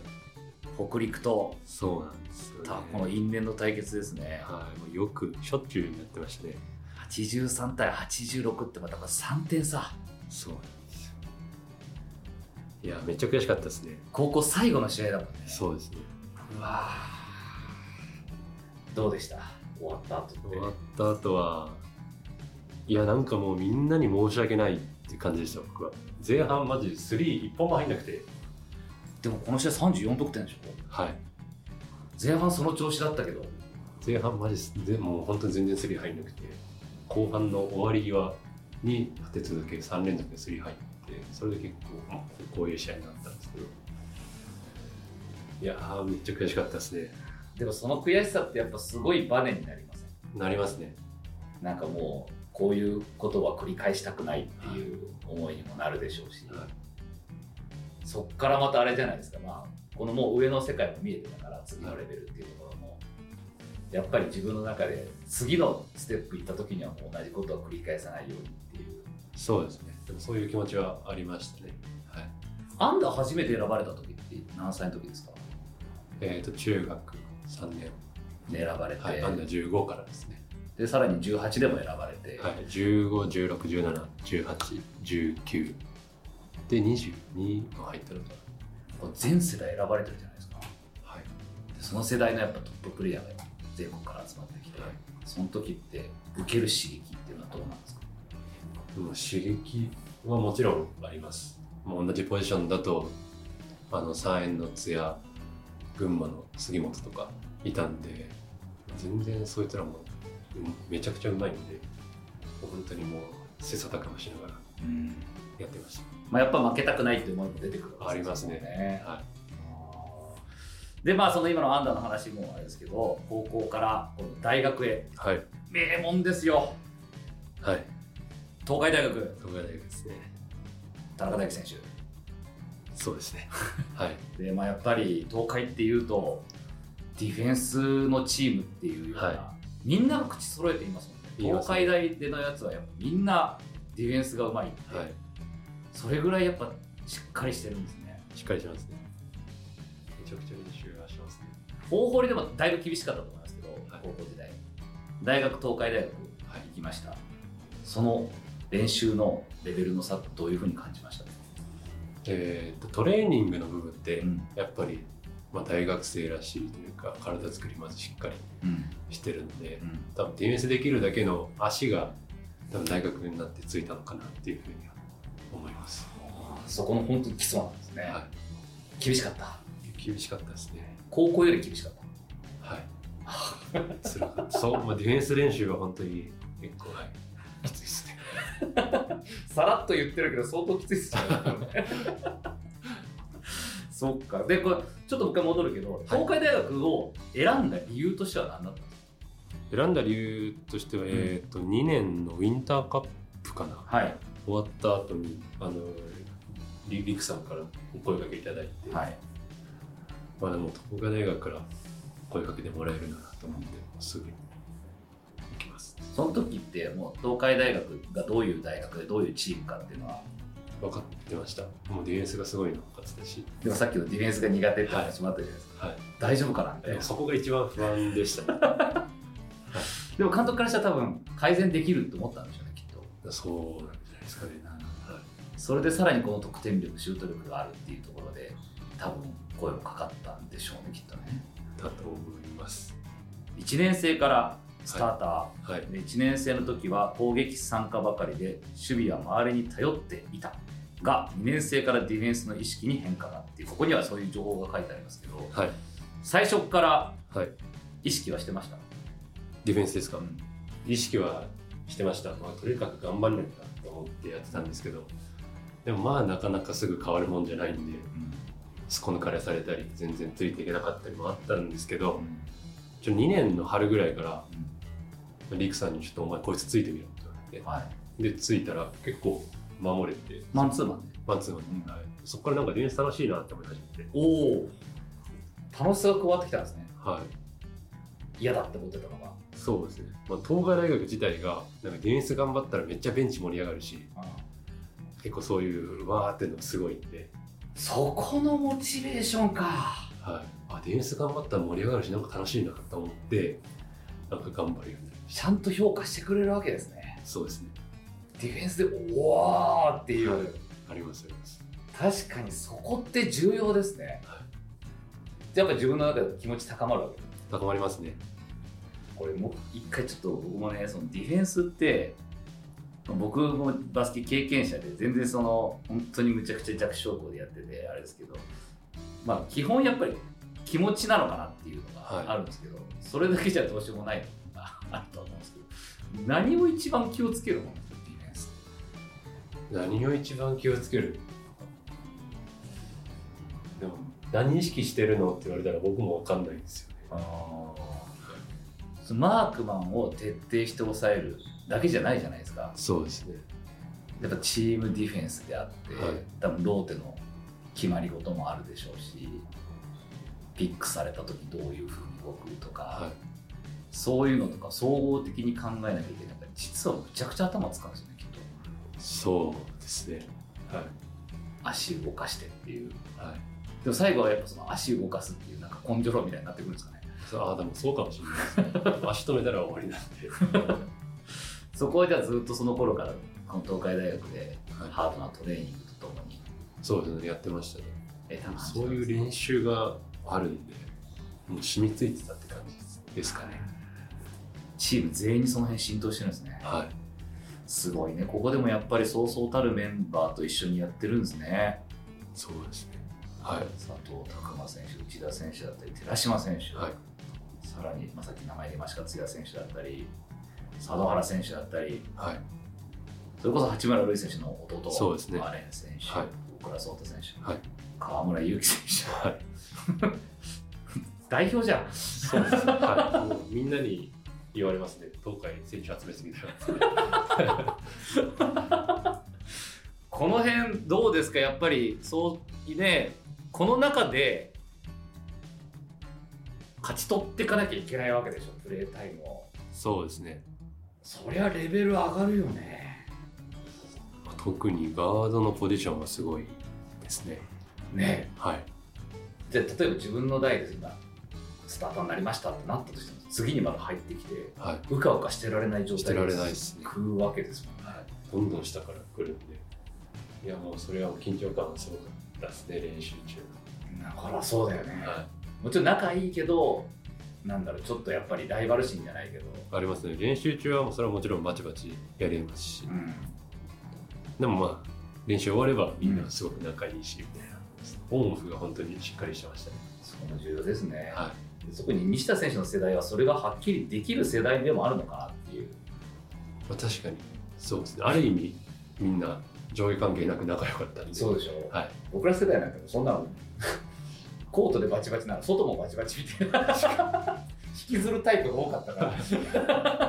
Speaker 1: 北陸と
Speaker 2: そうなんですよね
Speaker 1: たこの因縁の対決ですね
Speaker 2: はい、もうよくしょっちゅうやってましたね
Speaker 1: 83対86ってまたこれ3点差
Speaker 2: そうなんですよいやめっちゃ悔しかったですね
Speaker 1: 高校最後の試合だもんね
Speaker 2: そうですね
Speaker 1: うわーどうでした終わった後って
Speaker 2: 終わった後はいやなんかもうみんなに申し訳ないって感じでした僕は前半マジ31本も入んなくて
Speaker 1: でもこの試合34得点でしょ
Speaker 2: はい
Speaker 1: 前半その調子だったけど
Speaker 2: 前半マジすでもう本当に全然スリー入んなくて後半の終わり際に立て続け3連続でスリー入ってそれで結構まあこういう試合になったんですけどいやーめっちゃ悔しかったですね
Speaker 1: でもその悔しさってやっぱすごいバネになります
Speaker 2: なりますね
Speaker 1: なんかもうこういうことは繰り返したくないっていう思いにもなるでしょうし、
Speaker 2: は
Speaker 1: そっからまたあれじゃないですか、まあ、このもう上の世界も見えてたから次のレベルっていうところもやっぱり自分の中で次のステップ行った時にはもう同じことは繰り返さないようにっていう
Speaker 2: そうですねでもそういう気持ちはありましたねはい
Speaker 1: アンダー初めて選ばれた時って何歳の時ですか
Speaker 2: えっ、と中学3年
Speaker 1: 選ばれて、
Speaker 2: はい、アンダー15からですね、
Speaker 1: でさらに18でも選ばれて、
Speaker 2: はい、1516171819で22が入ったのか
Speaker 1: こう全世代選ばれてるじゃないですか
Speaker 2: なはい
Speaker 1: でその世代のやっぱトッププレイヤーが全国から集まってきて、
Speaker 2: はい
Speaker 1: その時って受ける刺激っていうのはどうなんですか
Speaker 2: でも刺激はもちろんありますもう同じポジションだとあの3円の津や群馬の杉本とかいたんで全然そういったらもううんめちゃくちゃうまいんで本当にもう切磋琢磨しながらやってまし
Speaker 1: まあ、やっぱ負けたくないって思いも出てくるわけ
Speaker 2: ありますね
Speaker 1: ね
Speaker 2: た、はい、
Speaker 1: でまあその今のアンダーの話もあれですけど高校からこの大学へ
Speaker 2: はい
Speaker 1: 名門ですよ
Speaker 2: はい
Speaker 1: 東海大学
Speaker 2: 東海大学ですね
Speaker 1: 田中大輝選手
Speaker 2: そうですねはい
Speaker 1: で、まあ、やっぱり東海っていうとディフェンスのチームっていうような、
Speaker 2: は
Speaker 1: みんなが口揃えていますも
Speaker 2: 言
Speaker 1: ん
Speaker 2: い
Speaker 1: ね
Speaker 2: ます
Speaker 1: 東
Speaker 2: ね
Speaker 1: 海大でのやつはやっぱみんなディフェンスがうまいって、
Speaker 2: はい
Speaker 1: それぐらいやっぱしっかりしてるんですね
Speaker 2: しっかりしますねめちゃくちゃ練習はしますね
Speaker 1: 大堀でもだいぶ厳しかったと思いますけど、
Speaker 2: はい
Speaker 1: 高校時代大学東海大学
Speaker 2: はい
Speaker 1: 行きました、その練習のレベルの差どういうふうに感じました、
Speaker 2: えー、とトレーニングの部分って、
Speaker 1: ん
Speaker 2: やっぱり、まあ、大学生らしいというか体作りまずしっかり
Speaker 1: うん
Speaker 2: してるので多分ディフェンスできるだけの足が多分大学になってついたのかなっていうふうには思います、
Speaker 1: そこの本当に基礎なんですね、
Speaker 2: はい、
Speaker 1: 厳しかった
Speaker 2: 厳しかったですね
Speaker 1: 高校より厳しかった
Speaker 2: はい [laughs] 辛かったそう、まあ、ディフェンス練習は本当に結構はいきついですね
Speaker 1: さらっと言ってるけど相当きついっすよねそっかでこれちょっともう一回戻るけど東海大学を選んだ理由としては何だったんです
Speaker 2: 選んだ理由としては、えー、と2年のウィンターカップかな
Speaker 1: かはい
Speaker 2: 終わった後にあのリリクさんからお声掛けいただいて、
Speaker 1: はい
Speaker 2: まあでも東海大学から声かけてもらえるならと思ってすぐに行きます
Speaker 1: その時ってもう東海大学がどういう大学でどういうチームかっていうのは
Speaker 2: 分かってましたもうディフェンスがすごいのかつだし、
Speaker 1: でもさっきのディフェンスが苦手って話もあったじゃないですか、
Speaker 2: はい、
Speaker 1: 大丈夫かなみたい
Speaker 2: で
Speaker 1: な
Speaker 2: もそこが一番不安でしたね
Speaker 1: でも監督からしたら多分改善できると思ったんでしょうねきっと
Speaker 2: そうなんじゃないですかねはい
Speaker 1: それでさらにこの得点力シュート力があるっていうところで多分声もかかったんでしょうねきっとね
Speaker 2: だと思います
Speaker 1: 1年生からスターター、
Speaker 2: はい
Speaker 1: で1年生の時は攻撃参加ばかりで守備は周りに頼っていたが2年生からディフェンスの意識に変化がっていうここにはそういう情報が書いてありますけど
Speaker 2: はい
Speaker 1: 最初から
Speaker 2: はい
Speaker 1: 意識はしてました、
Speaker 2: ディフェンスですか
Speaker 1: うん
Speaker 2: 意識はしてました、まあ、とにかく頑張んなきゃと思ってやってたんですけどでもまあなかなかすぐ変わるもんじゃないんですこ抜かれされたり全然ついていけなかったりもあったんですけどちょ2年の春ぐらいからリクさんにちょっとお前こいつついてみろって言わ
Speaker 1: はい
Speaker 2: れてでついたら結構守れて
Speaker 1: マンツーマンで
Speaker 2: マンツーマン
Speaker 1: うん
Speaker 2: で、はい、そこからなんかディフェンス楽しいなって思い始めて
Speaker 1: おお
Speaker 3: 楽しさが加わってきたんですね
Speaker 2: はい
Speaker 3: 嫌だって思ってたのが
Speaker 2: そうですね、まあ、東海大学自体がなんかディフェンス頑張ったらめっちゃベンチ盛り上がるし結構そういうわーってのがすごいんで、
Speaker 3: そこのモチベーションか
Speaker 2: はい、あディフェンス頑張ったら盛り上がるしなんか楽しいなと思ってなんか頑張るようになりまし
Speaker 3: ちゃんと評価してくれるわけですね
Speaker 2: たそうですね
Speaker 3: ディフェンスで「おお!」っていう、
Speaker 2: はいありますあります
Speaker 3: 確かにそこって重要ですね、やっぱ自分の中で気持ち高まるわけ
Speaker 2: 高まりますね
Speaker 1: これもう一回ちょっと僕もねそのディフェンスって僕もバスケ経験者で全然その本当にむちゃくちゃ弱小校でやっててあれですけどまあ基本やっぱり気持ちなのかなっていうのがあるんですけど、それだけじゃどうしようもないのがあると思うんですけど何を一番気をつけるのディフェンス
Speaker 2: 何を一番気をつけるでも何意識してるのって言われたら僕も分かんないんですよね
Speaker 1: そのマークマンを徹底して抑えるだけじゃないじゃないですか
Speaker 2: そうですね
Speaker 1: やっぱチームディフェンスであって、
Speaker 2: はい
Speaker 1: 多分ローテの決まり事もあるでしょうしピックされた時どういうふうに動くとか、
Speaker 2: はい
Speaker 1: そういうのとか総合的に考えなきゃいけないから実はむちゃくちゃ頭使うんですよねきっと
Speaker 2: そうですねはい
Speaker 1: 足動かしてっていう
Speaker 2: はい
Speaker 1: でも最後はやっぱその足動かすっていうなんか根性論みたいになってくるんですかね
Speaker 2: そうああでもそうかもしれないですね [laughs] 足止めたら終わりなんで、は
Speaker 1: そこはじゃあずっとその頃からこの東海大学で
Speaker 2: い
Speaker 1: ハードなトレーニングとともに
Speaker 2: そうですねやってましたね
Speaker 1: 得た感じ
Speaker 2: そ
Speaker 1: な
Speaker 2: うんい
Speaker 1: で
Speaker 2: う
Speaker 1: すね
Speaker 2: 練習があるんでもう染みついてたって感じですかね
Speaker 1: チーム全員にその辺浸透してるんですね
Speaker 2: はい
Speaker 1: すごいねここでもやっぱりそうそうたるメンバーと一緒にやってるんですね
Speaker 2: そうですねはい
Speaker 1: 佐藤拓磨選手内田選手だったり寺島選手、
Speaker 2: はい
Speaker 1: さらに、まあ、さっき名前出ましたが津谷選手だったり佐渡原選手だったり
Speaker 2: はい
Speaker 1: それこそ八村塁選手の弟
Speaker 2: そうですね
Speaker 1: アレン選手、
Speaker 2: はい
Speaker 1: 大倉壮太選手、
Speaker 2: はい
Speaker 1: 河村勇輝選
Speaker 2: はい
Speaker 1: 手代表じゃん
Speaker 2: そうですねはい [laughs] もうみんなに言われますね東海選手集めすぎたよって
Speaker 1: この辺どうですかやっぱりそうねこの中で
Speaker 3: 勝ち取っていかなきゃいけないわけでしょプレータイムを
Speaker 2: そうですね
Speaker 3: そりゃレベル上がるよね
Speaker 2: まあ特にガードのポジションはすごいですね
Speaker 3: ね
Speaker 2: はい
Speaker 3: えじゃあ例えば自分の代で今スターターになりましたってなったとしても次にまだ入ってきて
Speaker 2: は
Speaker 3: うかうかしてられない状
Speaker 2: いして
Speaker 3: 態
Speaker 2: られないですね
Speaker 3: 食うわけですもんね
Speaker 2: どんどん下から来るんでいやもうそれはもう緊張感がすごかったですね練習
Speaker 3: だからそうだよね
Speaker 2: 中はい
Speaker 3: もちろん仲いいけどなんだろうちょっとやっぱりライバル心じゃないけど、
Speaker 2: ありますね練習中はもうそれはもちろんバチバチやりますし
Speaker 3: うん、
Speaker 2: でもまあ練習終わればみんなすごく仲いいしみたいな、オンオフが本当にしっかりしてましたね
Speaker 3: そこも重要ですね、
Speaker 2: は
Speaker 3: 特に西田選手の世代はそれがはっきりできる世代でもあるのかなっていう
Speaker 2: まあ、確かにそうですねある意味みんな上下関係なく仲良かったんで
Speaker 3: そうでしょ
Speaker 2: はい
Speaker 3: 僕ら世代なんてそんなの [laughs] コートでバチバチなら外もバチバチみたいな
Speaker 1: [laughs]
Speaker 3: 引きずるタイプが多かったか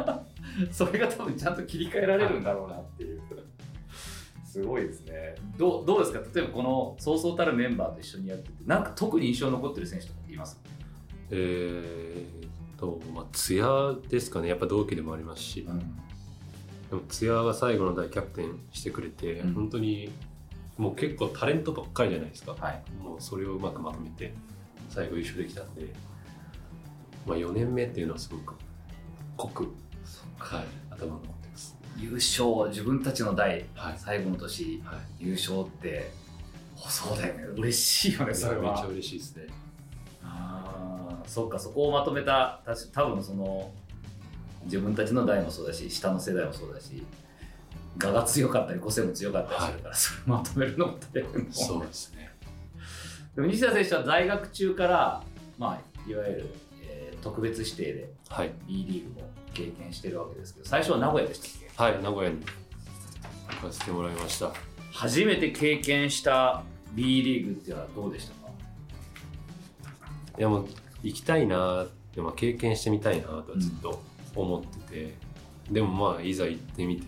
Speaker 3: らそれが多分ちゃんと切り替えられるんだろうなっていうすごいですね
Speaker 1: どうどうですか例えばこのそうそうたるメンバーと一緒にやっててなんか特に印象に残ってる選手とかっています
Speaker 2: えーっとまあ津屋ですかねやっぱ同期でもありますし、でも津屋が最後の代キャプテンしてくれて、
Speaker 1: うん
Speaker 2: 本当にもう結構タレントばっかりじゃないですか、
Speaker 1: はい
Speaker 2: もうそれをうまくまとめて最後優勝できたんで、まあ、4年目っていうのはすごく濃く、はい、頭に残ってます、
Speaker 1: 優勝自分たちの代
Speaker 2: はい
Speaker 1: 最後の年
Speaker 2: はい、
Speaker 1: 優勝ってそうだよね嬉しいよねそれ
Speaker 2: めっ
Speaker 1: は
Speaker 2: ちゃ嬉しいですね
Speaker 1: あーそっかそこをまとめたたし多分その自分たちの代もそうだし下の世代もそうだし我が強かったり個性も強かったりするから、それまとめるのも大変だ
Speaker 2: そうですね
Speaker 1: でも西田選手は在学中から、まあ、いわゆる、ええー特別指定で
Speaker 2: はい
Speaker 1: B リーグも経験してるわけですけど最初は名古屋でしたっけ
Speaker 2: はい、名古屋に行かせてもらいました。
Speaker 1: 初めて経験した B リーグっていうのはどうでしたか
Speaker 2: いやもう行きたいなって、まあ、経験してみたいなとはずっと思ってて、でもまあいざ行ってみて、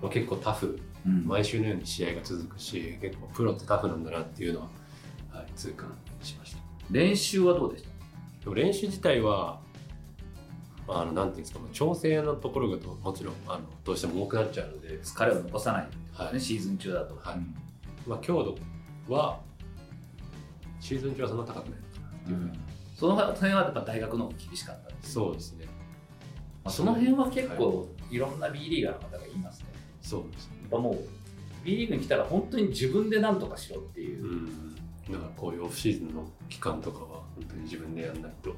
Speaker 2: まあ、結構タフ
Speaker 1: うん
Speaker 2: 毎週のように試合が続くし結構プロってタフなんだなっていうのは、はい、痛感しました
Speaker 1: 練習はどうでした
Speaker 2: でも練習自体はまああのなんていうんですかまあ調整のところがともちろんあのどうしても多くなっちゃうので、
Speaker 1: 疲れを残さないってことね、
Speaker 2: はい
Speaker 1: シーズン中だと、
Speaker 2: はい
Speaker 1: うん
Speaker 2: まあ、強度はシーズン中はそんな高くないかなっていうぐらい、
Speaker 1: その辺はやっぱ大学の方が厳しかったんです
Speaker 2: そうですね
Speaker 1: まあその辺は結構いろんな B リーガーの方がいますね
Speaker 2: そうですね
Speaker 1: やっぱもう B リーグに来たら本当に自分で何とかしろっていう、
Speaker 2: うん、だからこういうオフシーズンの期間とかは本当に自分でやんないとっ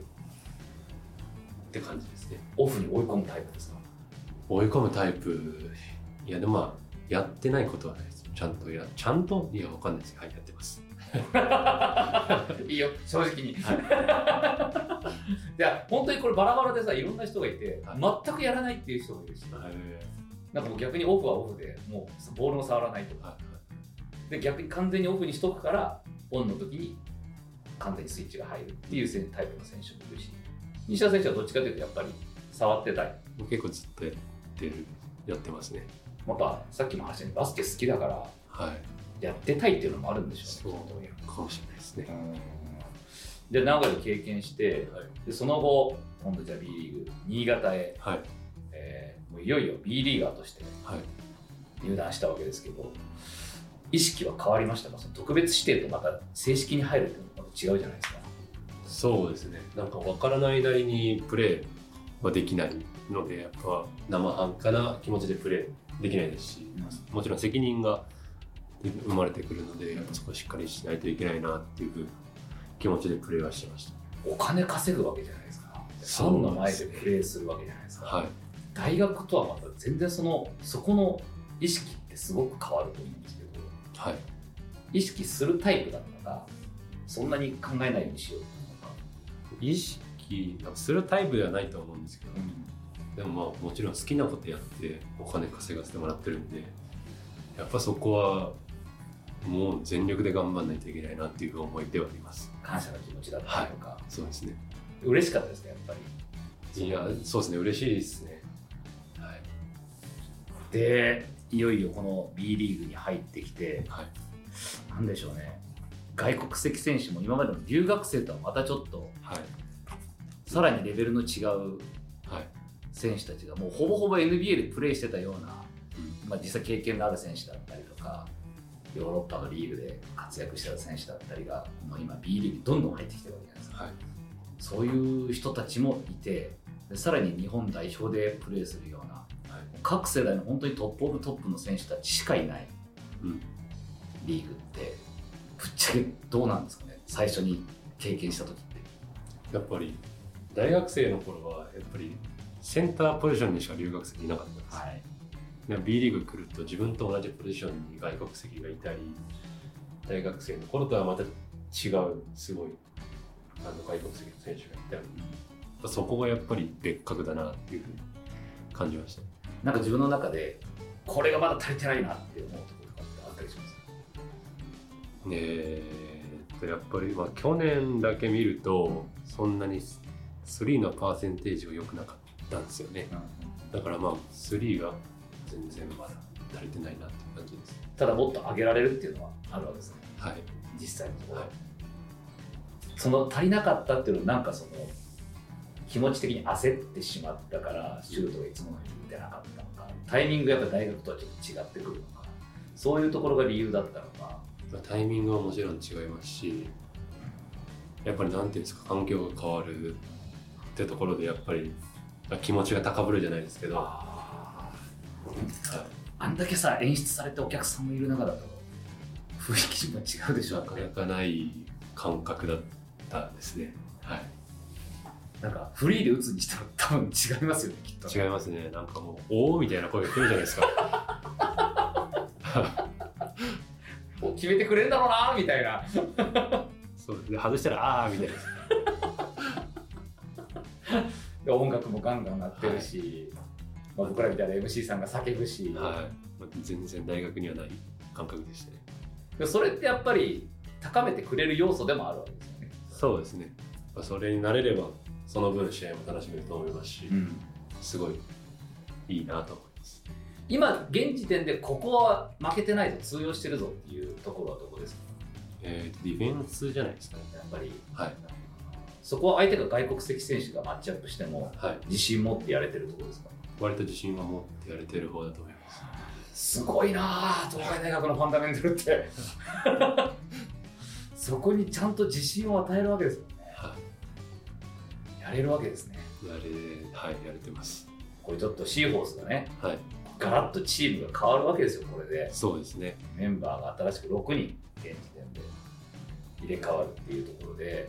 Speaker 2: て感じですね
Speaker 1: オフに追い込むタイプですか
Speaker 2: 追い込むタイプいやでもまあやってないことはないですちゃんとやちゃんといやわかんないですはいやってます
Speaker 1: いいよ正直に、い、 [laughs] や本当にこれバラバラでさいろんな人がいて、
Speaker 2: は
Speaker 1: 全くやらないっていう人もいるし
Speaker 2: はい
Speaker 1: なんかもう逆にオフはオフでもうボールも触らないとか
Speaker 2: は
Speaker 1: で逆に完全にオフにしとくからオンの時に完全にスイッチが入るっていうせんタイプの選手もいるし西田選手はどっちかというとやっぱり触ってたい
Speaker 2: いもう結構ずっとやってるやってますね
Speaker 1: やっぱさっきの話でバスケ好きだから
Speaker 2: はい
Speaker 1: やってたいっていうのもあるんでしょうね
Speaker 2: そう
Speaker 1: きっ
Speaker 2: かもしれないです
Speaker 1: と
Speaker 2: ね、
Speaker 1: ねで名古屋で経験して
Speaker 2: はい
Speaker 1: でその後今度じゃあ B リーグ新潟へ、
Speaker 2: はい
Speaker 1: えーもういよいよ B リーガーとして
Speaker 2: はい
Speaker 1: 入団したわけですけど意識は変わりましたかその特別指定とまた正式に入るっていうのは違うじゃないですか
Speaker 2: そうですねなんか分からないなりにプレーはできないのでやっぱ生半可な気持ちでプレーできないですしもちろん責任が生まれてくるのでやっぱそこはしっかりしないといけないなっていう気持ちでプレーはしてまし
Speaker 1: お金稼ぐわけじゃないですかファ
Speaker 2: そう
Speaker 1: ンの
Speaker 2: なんで
Speaker 1: 前
Speaker 2: す
Speaker 1: でプレーするわけじゃないです
Speaker 2: た
Speaker 1: か、
Speaker 2: はい
Speaker 1: 大学とはまた全然そのそこの意識ってすごく変わると思うんですけど
Speaker 2: はい
Speaker 1: 意識するタイプだったのかそんなに考えないようにしようっていうのか、
Speaker 2: 意識するタイプではないと思うんですけどでもまあもちろん好きなことやってお金稼がせてもらってるんでやっぱそこはもう全力で頑張らないといけないなっていう思いではあります
Speaker 1: 感謝の気持ちだったりとか、
Speaker 2: そうですね
Speaker 1: 嬉しかったですねやっぱり
Speaker 2: いや、そうですね、嬉しいですね。はい。
Speaker 1: でいよいよこの B リーグに入ってきて
Speaker 2: はい。
Speaker 1: なんでしょうね外国籍選手も今までの留学生とはまたちょっと
Speaker 2: はい。
Speaker 1: さらにレベルの違う
Speaker 2: はい。
Speaker 1: 選手たちがもうほぼほぼ NBA でプレーしてたような、まあ、実際経験のある選手だったりとかヨーロッパのリーグで活躍してた選手だったりがもう今 B リーグにどんどん入ってきてるわけじゃないですかそ
Speaker 2: はい。
Speaker 1: ういう人たちもいてでさらに日本代表でプレーするような
Speaker 2: はい。
Speaker 1: 各世代の本当にトップオブトップの選手たちしかいない
Speaker 2: うん。
Speaker 1: リーグってぶっちゃけどうなんですかね最初に経験した時って
Speaker 2: やっぱり、大学生の頃は、やっぱり、センターポジションにしか留学生いなかったんです
Speaker 1: い
Speaker 2: よ。で B リーグ来ると、自分と同じポジションに外国籍がいたり、大学生の頃とはまた違う、すごい、あの外国籍の選手がいたり、そこがやっぱり別格だなっていうふうに感じました。
Speaker 1: なんか自分の中でこれがまだ足りてないなって思うところとかってあったりします
Speaker 2: えーっとやっぱり、まあ、去年だけ見るとそんなにスリーのパーセンテージが良くなかったんですよねだからまあスリーが全然まだ足りてないなって感じです
Speaker 1: ただもっと上げられるっていうのはあるわけですね
Speaker 2: はい
Speaker 1: 実際のところ、
Speaker 2: はい
Speaker 1: その足りなかったっていうのはなんかその気持ち的に焦ってしまったからシュートがいつものように打てなかったのかタイミングがやっぱ大学とはちょっと違ってくるのかそういうところが理由だったのか
Speaker 2: まあタイミングはもちろん違いますしやっぱりなんていうんですか環境が変わるってところでやっぱりまあ気持ちが高ぶるじゃないですけど、は
Speaker 1: ああんだけさ演出されてお客さんもいる中だと雰囲気も違うでし
Speaker 2: い、
Speaker 1: ょ
Speaker 2: なかなかない感覚だったんですねはい
Speaker 1: なんかフリーで打つにしても多分違いますよねきっと
Speaker 2: 違いますねなんかもう「おお」みたいな声が来るじゃないですか
Speaker 1: お決めてくれるんだろうなみたいな
Speaker 2: そうで外したら「ああ」みたいな
Speaker 1: で音楽もガンガン鳴ってるし、まあ、僕らみたいな MC さんが叫ぶし、
Speaker 2: はいまあ全然大学にはない感覚でしたね
Speaker 1: でそれってやっぱり高めてくれる要素でもあるわけですよね。
Speaker 2: そうですねまあそれになれればその分試合も楽しめると思いますし、
Speaker 1: ん、
Speaker 2: すごいいいなと思います
Speaker 1: 今現時点でここは負けてないと通用してるぞっていうところはどこですか
Speaker 2: えーとディフェンスじゃないですかね
Speaker 1: やっぱり
Speaker 2: はい
Speaker 1: そこは相手が外国籍選手がマッチアップしても
Speaker 2: はい
Speaker 1: 自信持ってやれてるところですか
Speaker 2: 割と自信は持ってやれてる方だと思います
Speaker 1: すごいなあ東海大学のファンダメンタルって
Speaker 2: [laughs]
Speaker 1: そこにちゃんと自信を与えるわけですよね
Speaker 2: は
Speaker 1: やれるわけですね
Speaker 2: いやれはいやれてます
Speaker 1: これちょっとシーホースがね
Speaker 2: はい
Speaker 1: ガラッとチームが変わるわけですよこれで
Speaker 2: そうですね
Speaker 1: メンバーが新しく6人現時点で入れ替わるっていうところで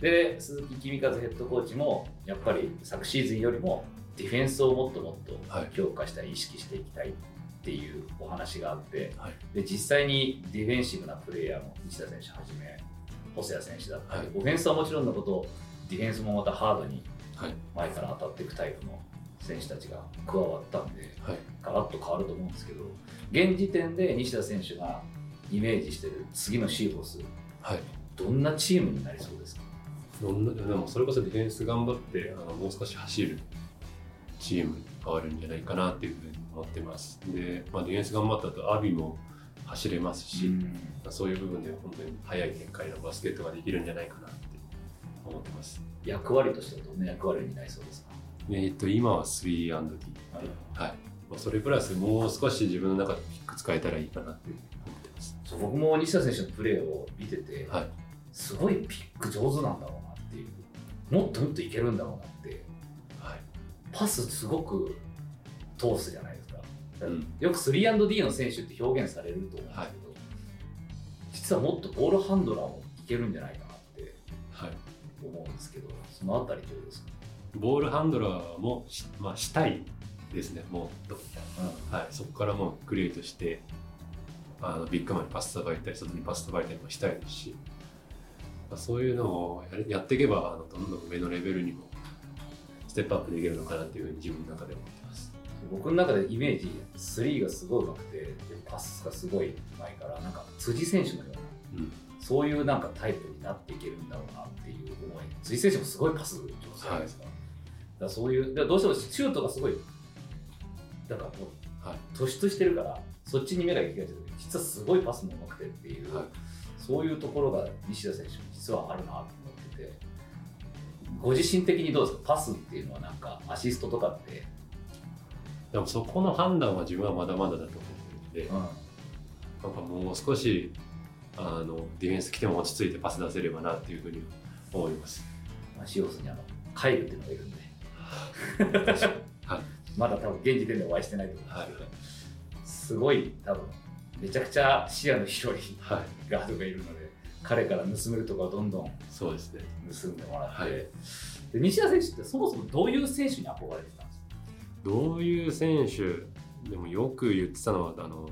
Speaker 1: で鈴木君和ヘッドコーチもやっぱり昨シーズンよりもディフェンスをもっとも
Speaker 2: は
Speaker 1: っ
Speaker 2: い
Speaker 1: と強化したい意識していきたいっていうお話があって、
Speaker 2: はい
Speaker 1: で実際にディフェンシブなプレイヤーも西田選手はじめ細谷選手だったり、
Speaker 2: はい
Speaker 1: オフェンスはもちろんのことディフェンスもまたハードに
Speaker 2: はい
Speaker 1: 前から当たっていくタイプの選手たちが加わったんで。
Speaker 2: はい
Speaker 1: ガラッと変わると思うんですけど現時点で西田選手がイメージしてる次のシーボス
Speaker 2: はい
Speaker 1: どんなチームになりそうですか
Speaker 2: どんなでもそれこそディフェンス頑張ってあのもう少し走るチームに変わるんじゃないかなっていうふうに思ってますで、まあ、ディフェンス頑張った後アビも走れますし、まあそういう部分で本当に早い展開のバスケットができるんじゃないかなって思ってます
Speaker 1: 役割としてはどんな役割になりそうですか、
Speaker 2: でえっと今は 3&D はい、まあ、それプラスもう少し自分の中でピック使えたらいいかなって思ってます
Speaker 1: そう僕も西田選手のプレーを見てて、
Speaker 2: はい
Speaker 1: すごいピック上手なんだろうなっていうもっともっといけるんだろうなって
Speaker 2: はい
Speaker 1: パスすごく通すじゃないですか、
Speaker 2: うん
Speaker 1: よく 3&D の選手って表現されると思うんですけど、
Speaker 2: はい
Speaker 1: 実はもっとボールハンドラーもいけるんじゃないかなって
Speaker 2: はい
Speaker 1: 思うんですけどそのあたりどうですか、
Speaker 2: ボールハンドラーもし,、まあ、したいですねもっとはい、そこからもうクリエイトしてあのビッグマンにパスさばいたり外にパスさばいたりもしたいですし、まあ、そういうのをやれやっていけばあのどんどん上のレベルにもステップアップできるのかなっていうふうに自分の中で思ってます
Speaker 1: 僕の中でイメージ3がすごいうまくてでパスがすごいうまいからなんか辻選手のような
Speaker 2: うん
Speaker 1: そういうなんかタイプになっていけるんだろうなっていう思い辻選手もすごいパス上手じゃないですか,、だからそういうだからどうしてもシュートがすごいだからもう、
Speaker 2: はい
Speaker 1: 突出してるからそっちに目が行きがちだけど実はすごいパスもうまくてっていう、
Speaker 2: はい
Speaker 1: そういうところが西田選手も実はあるなと思っててご自身的にどうですかパスっていうのはなんかアシストとかって、
Speaker 2: でもそこの判断は自分はまだまだだと思ってるのでなんかもう少しあのディフェンス来ても落ち着いてパス出せればなっていうふうに思います
Speaker 1: まあ、シオスにあのカイルっていうのがいるんで、
Speaker 2: はい
Speaker 1: まだ多分現時点でお会いしてないと思うんですけど、すごい多分めちゃくちゃ視野の広い
Speaker 2: はい
Speaker 1: ガードがいるので彼から盗めるとこはどんどん
Speaker 2: そうですね
Speaker 1: 盗んでもらって、
Speaker 2: はい
Speaker 1: で西田選手ってそもそもどういう選手に憧れてたんですか
Speaker 2: どういう選手でもよく言ってたのはあの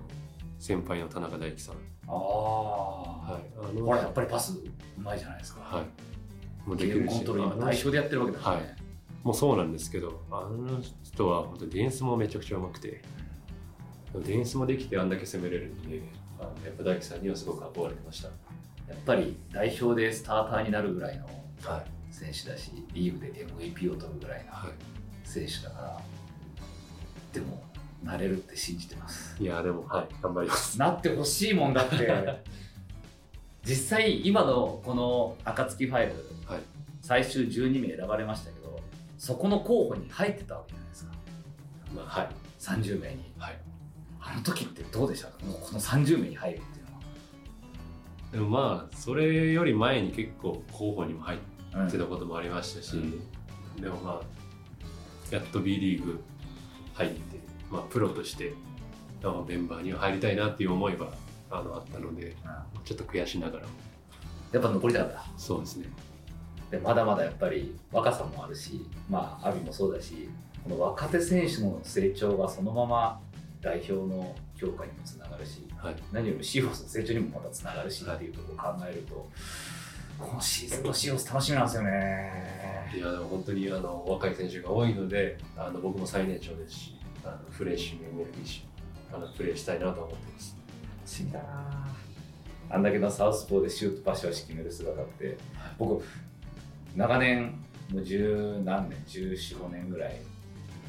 Speaker 2: 先輩の田中大樹さん
Speaker 1: ああ、
Speaker 2: はい、あ
Speaker 1: ほ
Speaker 2: の
Speaker 1: らやっぱりパスうまいじゃないですか、
Speaker 2: はい、もう
Speaker 1: ゲ
Speaker 2: でき
Speaker 1: ーム
Speaker 2: る
Speaker 1: コ
Speaker 2: し
Speaker 1: ントロール
Speaker 2: あ
Speaker 1: 今
Speaker 2: の
Speaker 1: 代表でやってるわけだからね、
Speaker 2: はもうそうなんですけどあの人は本当にディフェンスもめちゃくちゃうまくてディフェンスもできてあんだけ攻めれるんであのやっぱ大樹さんにはすごく憧れてまし
Speaker 1: やっぱり代表でスターターになるぐらいの
Speaker 2: たはい、
Speaker 1: 選手だしリーグで MVP を取るぐらいの
Speaker 2: は
Speaker 1: 選手だからでもなれるって信じてます
Speaker 2: い、いやでもはい頑張ります
Speaker 1: なってほしいもん
Speaker 2: [laughs]
Speaker 1: だって実際今のこの「暁ファイブ
Speaker 2: はい
Speaker 1: 最終12名選ばれましたけどそこの候補に入ってたわけじゃないですか
Speaker 2: まあはい
Speaker 1: 30名に、
Speaker 2: はい
Speaker 1: あの時ってどうでしたもうこの30名に入るっていう
Speaker 2: でもまあそれより前に結構候補にも入っ
Speaker 1: のは、
Speaker 2: ってたこともありましたし、
Speaker 1: うん
Speaker 2: でもまあやっと B リーグ入って、まあ、プロとしてあのメンバーには入りたいなっていう思いはあのあったので
Speaker 1: うんや
Speaker 2: ちょっと悔しながらも
Speaker 1: っぱ残りたかった
Speaker 2: そうですね
Speaker 1: でまだまだやっぱり若さもあるしまあ阿炎もそうだしこの若手選手の成長がそのまま代表の強化にもつながるし
Speaker 2: はい
Speaker 1: 何よりもシーフォスの成長にもまたつながるしっていうところを考えると、今シーズンのシーホース楽しみなんですよね。
Speaker 2: いやでも本当にあの若い選手が多いのであの僕も最年長ですしあのフレッシュにエネルギーしあのプレーしたいなと思ってます
Speaker 1: 楽しみだなあんだけのサウスポーでシュートパスを決める姿って僕長年もう十何年1415年ぐらい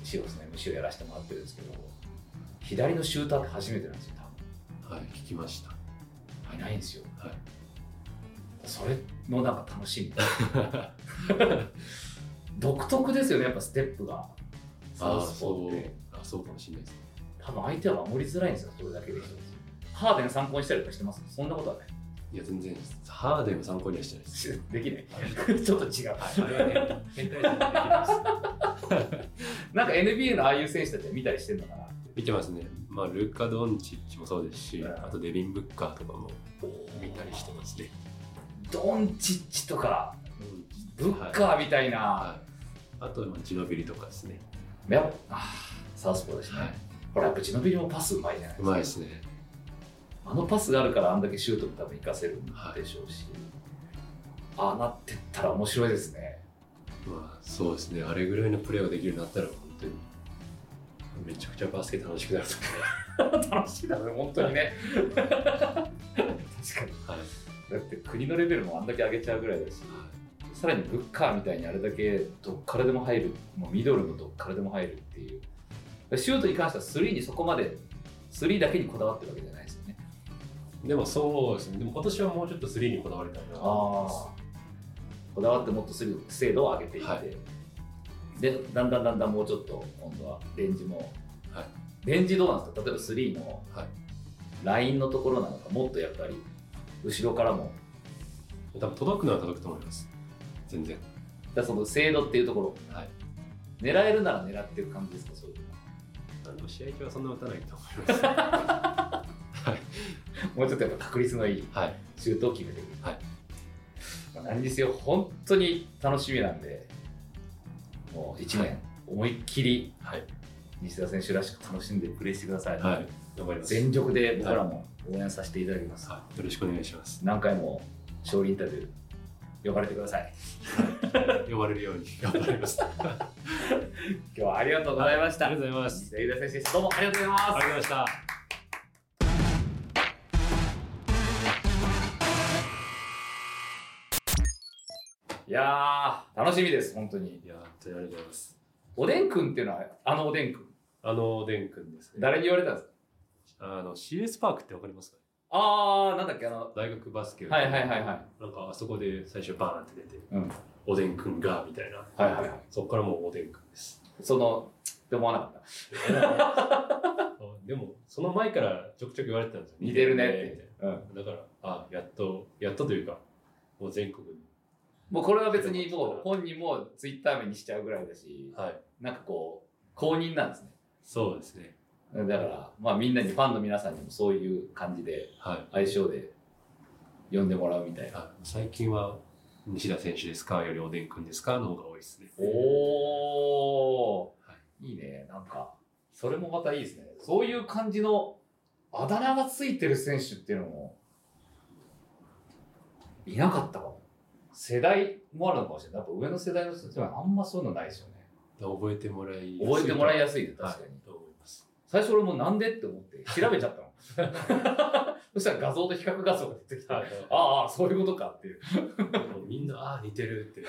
Speaker 1: シーホースの MC をやらせてもらってるんですけど左のシューターって初めてなんですよ多分。
Speaker 2: はい聞きました
Speaker 1: いないんですよ、
Speaker 2: はい
Speaker 1: それのなんか楽しみ
Speaker 2: [laughs]
Speaker 1: 独特ですよねやっぱステップがサウ
Speaker 2: あ
Speaker 1: スポ
Speaker 2: そ
Speaker 1: ー
Speaker 2: う
Speaker 1: って
Speaker 2: あそうかもしれないです
Speaker 1: 多分相手は守りづらいんですよそれだけでハーデン参考にしたりとかしてますそんなことはない
Speaker 2: いや全然ハーデンは参考にはしてないです
Speaker 1: し
Speaker 2: [laughs]
Speaker 1: できない [laughs] ちょっと違う
Speaker 2: はいあれはね変態者にできます
Speaker 1: なんか NBA のああいう選手たちは見たりしてるのかな
Speaker 2: 見てますねまあルカ・ドンチッチもそうですし
Speaker 1: うん
Speaker 2: あとデビン・ブッカーとかも見たりしてますね
Speaker 1: ドンチッチとかブッ
Speaker 2: はい
Speaker 1: カーみたいな、
Speaker 2: はいあとまあジノビリとかですね
Speaker 1: やっぱあーサウスポーだしね、
Speaker 2: はい
Speaker 1: ほらやっぱジノビリもパスうまいじゃないです
Speaker 2: う
Speaker 1: か
Speaker 2: まいですね
Speaker 1: あのパスがあるからあんだけシュートも多分活かせるんでしょうし、ああなってったら面白いですね
Speaker 2: まあそうですねあれぐらいのプレーができるようになったら本当にめちゃくちゃバスケ楽しくなると
Speaker 1: 楽しいだね本当にね確かに
Speaker 2: 思う、はい
Speaker 1: だって国のレベルもあんだけ上げちゃうぐらいだしさらにブッカーみたいにあれだけどっからでも入るもうミドルのどっからでも入るっていうでシュートに関してはスリーにそこまでスリーだけにこだわってるわけじゃないですよね
Speaker 2: でもそうですねでも今年はもうちょっとスリーにこだわりたいなと思います
Speaker 1: あこだわってもっとする精度を上げていって、
Speaker 2: はい
Speaker 1: でだんだんだんだんもうちょっと今度はレンジも、
Speaker 2: は
Speaker 1: レンジどうなんですか例えば3の
Speaker 2: はい
Speaker 1: ラインのところなのかもっとやっぱり後ろからも
Speaker 2: 多分届くのは届くと思います全然
Speaker 1: だからその精度っていうところ
Speaker 2: はい
Speaker 1: 狙えるなら狙っていく感じですかそういう
Speaker 2: あの試合中はそんな打たないと思いま
Speaker 1: [laughs]
Speaker 2: す
Speaker 1: のもうちょっとやっぱ確率のいい
Speaker 2: はい
Speaker 1: シュートを決めてくる、
Speaker 2: はい
Speaker 1: まあ何にせよ本当に楽しみなんでもう1
Speaker 2: は
Speaker 1: 年思いっきり
Speaker 2: はい、
Speaker 1: 西田選手らしく楽しんでプレーしてください、
Speaker 2: はい、頑張ります、
Speaker 1: 全力で僕らも応援させていただきます、
Speaker 2: はい、よろしくお願いします
Speaker 1: 何回も勝利インタビュー呼ばれてください
Speaker 2: 呼ばれるように頑張りますあ
Speaker 1: 今日はありがとうございました、
Speaker 2: りがとうございます
Speaker 1: 西田優太選手ですどうもありがとうございます
Speaker 2: ありがとうございました
Speaker 1: いやー楽しみです本当に
Speaker 2: いや本当にありがとうございます
Speaker 1: おでんくんっていうのはあのおでんくん
Speaker 2: あのおでんくんですね
Speaker 1: 誰に言われたんですか
Speaker 2: あの CS パークってわかりますか
Speaker 1: あーなんだっけあの
Speaker 2: 大学バスケを
Speaker 1: はいはいはいはい
Speaker 2: なんかあそこで最初バーンって出て、
Speaker 1: うん
Speaker 2: おでんくんがみたいな、
Speaker 1: はいはいはい
Speaker 2: そこからもうおでんくんです。
Speaker 1: そのって思わなかった
Speaker 2: あでもその前からちょくちょく言われてたんですよ。
Speaker 1: 似てるねっ
Speaker 2: 似
Speaker 1: て
Speaker 2: て、
Speaker 1: うん、
Speaker 2: るねだからあやっとやっとというかもう全国に、
Speaker 1: もうこれは別にもう本人もツイッター名にしちゃうぐらいだし
Speaker 2: はい、
Speaker 1: なんかこう公認なんですね
Speaker 2: そうですね。
Speaker 1: だからまあみんなにファンの皆さんにもそういう感じで
Speaker 2: はい、
Speaker 1: 相性で呼んでもらうみたいな。
Speaker 2: あ最近は西田選手ですかよりおでんくんですかの方が多いですね。
Speaker 1: おお、、
Speaker 2: はい
Speaker 1: いね、なんか、それもまたいいですね。そういう感じのあだ名がついてる選手っていうのも、いなかったかも。世代もあるのかもしれない。やっぱ上の世代の人たちはあんまそういうのないですよね。
Speaker 2: 覚えてもらいやす
Speaker 1: [laughs] 覚えてもらい
Speaker 2: や
Speaker 1: やすいね、
Speaker 2: すい
Speaker 1: 確かに。
Speaker 2: はいと思います。
Speaker 1: 最初俺もなんでって思って調べちゃったの。 [laughs] そしたら画像と比較画像が出てきて、
Speaker 2: はい、
Speaker 1: ああ、そういうことかっていう。
Speaker 2: もうみんなあー似てるって。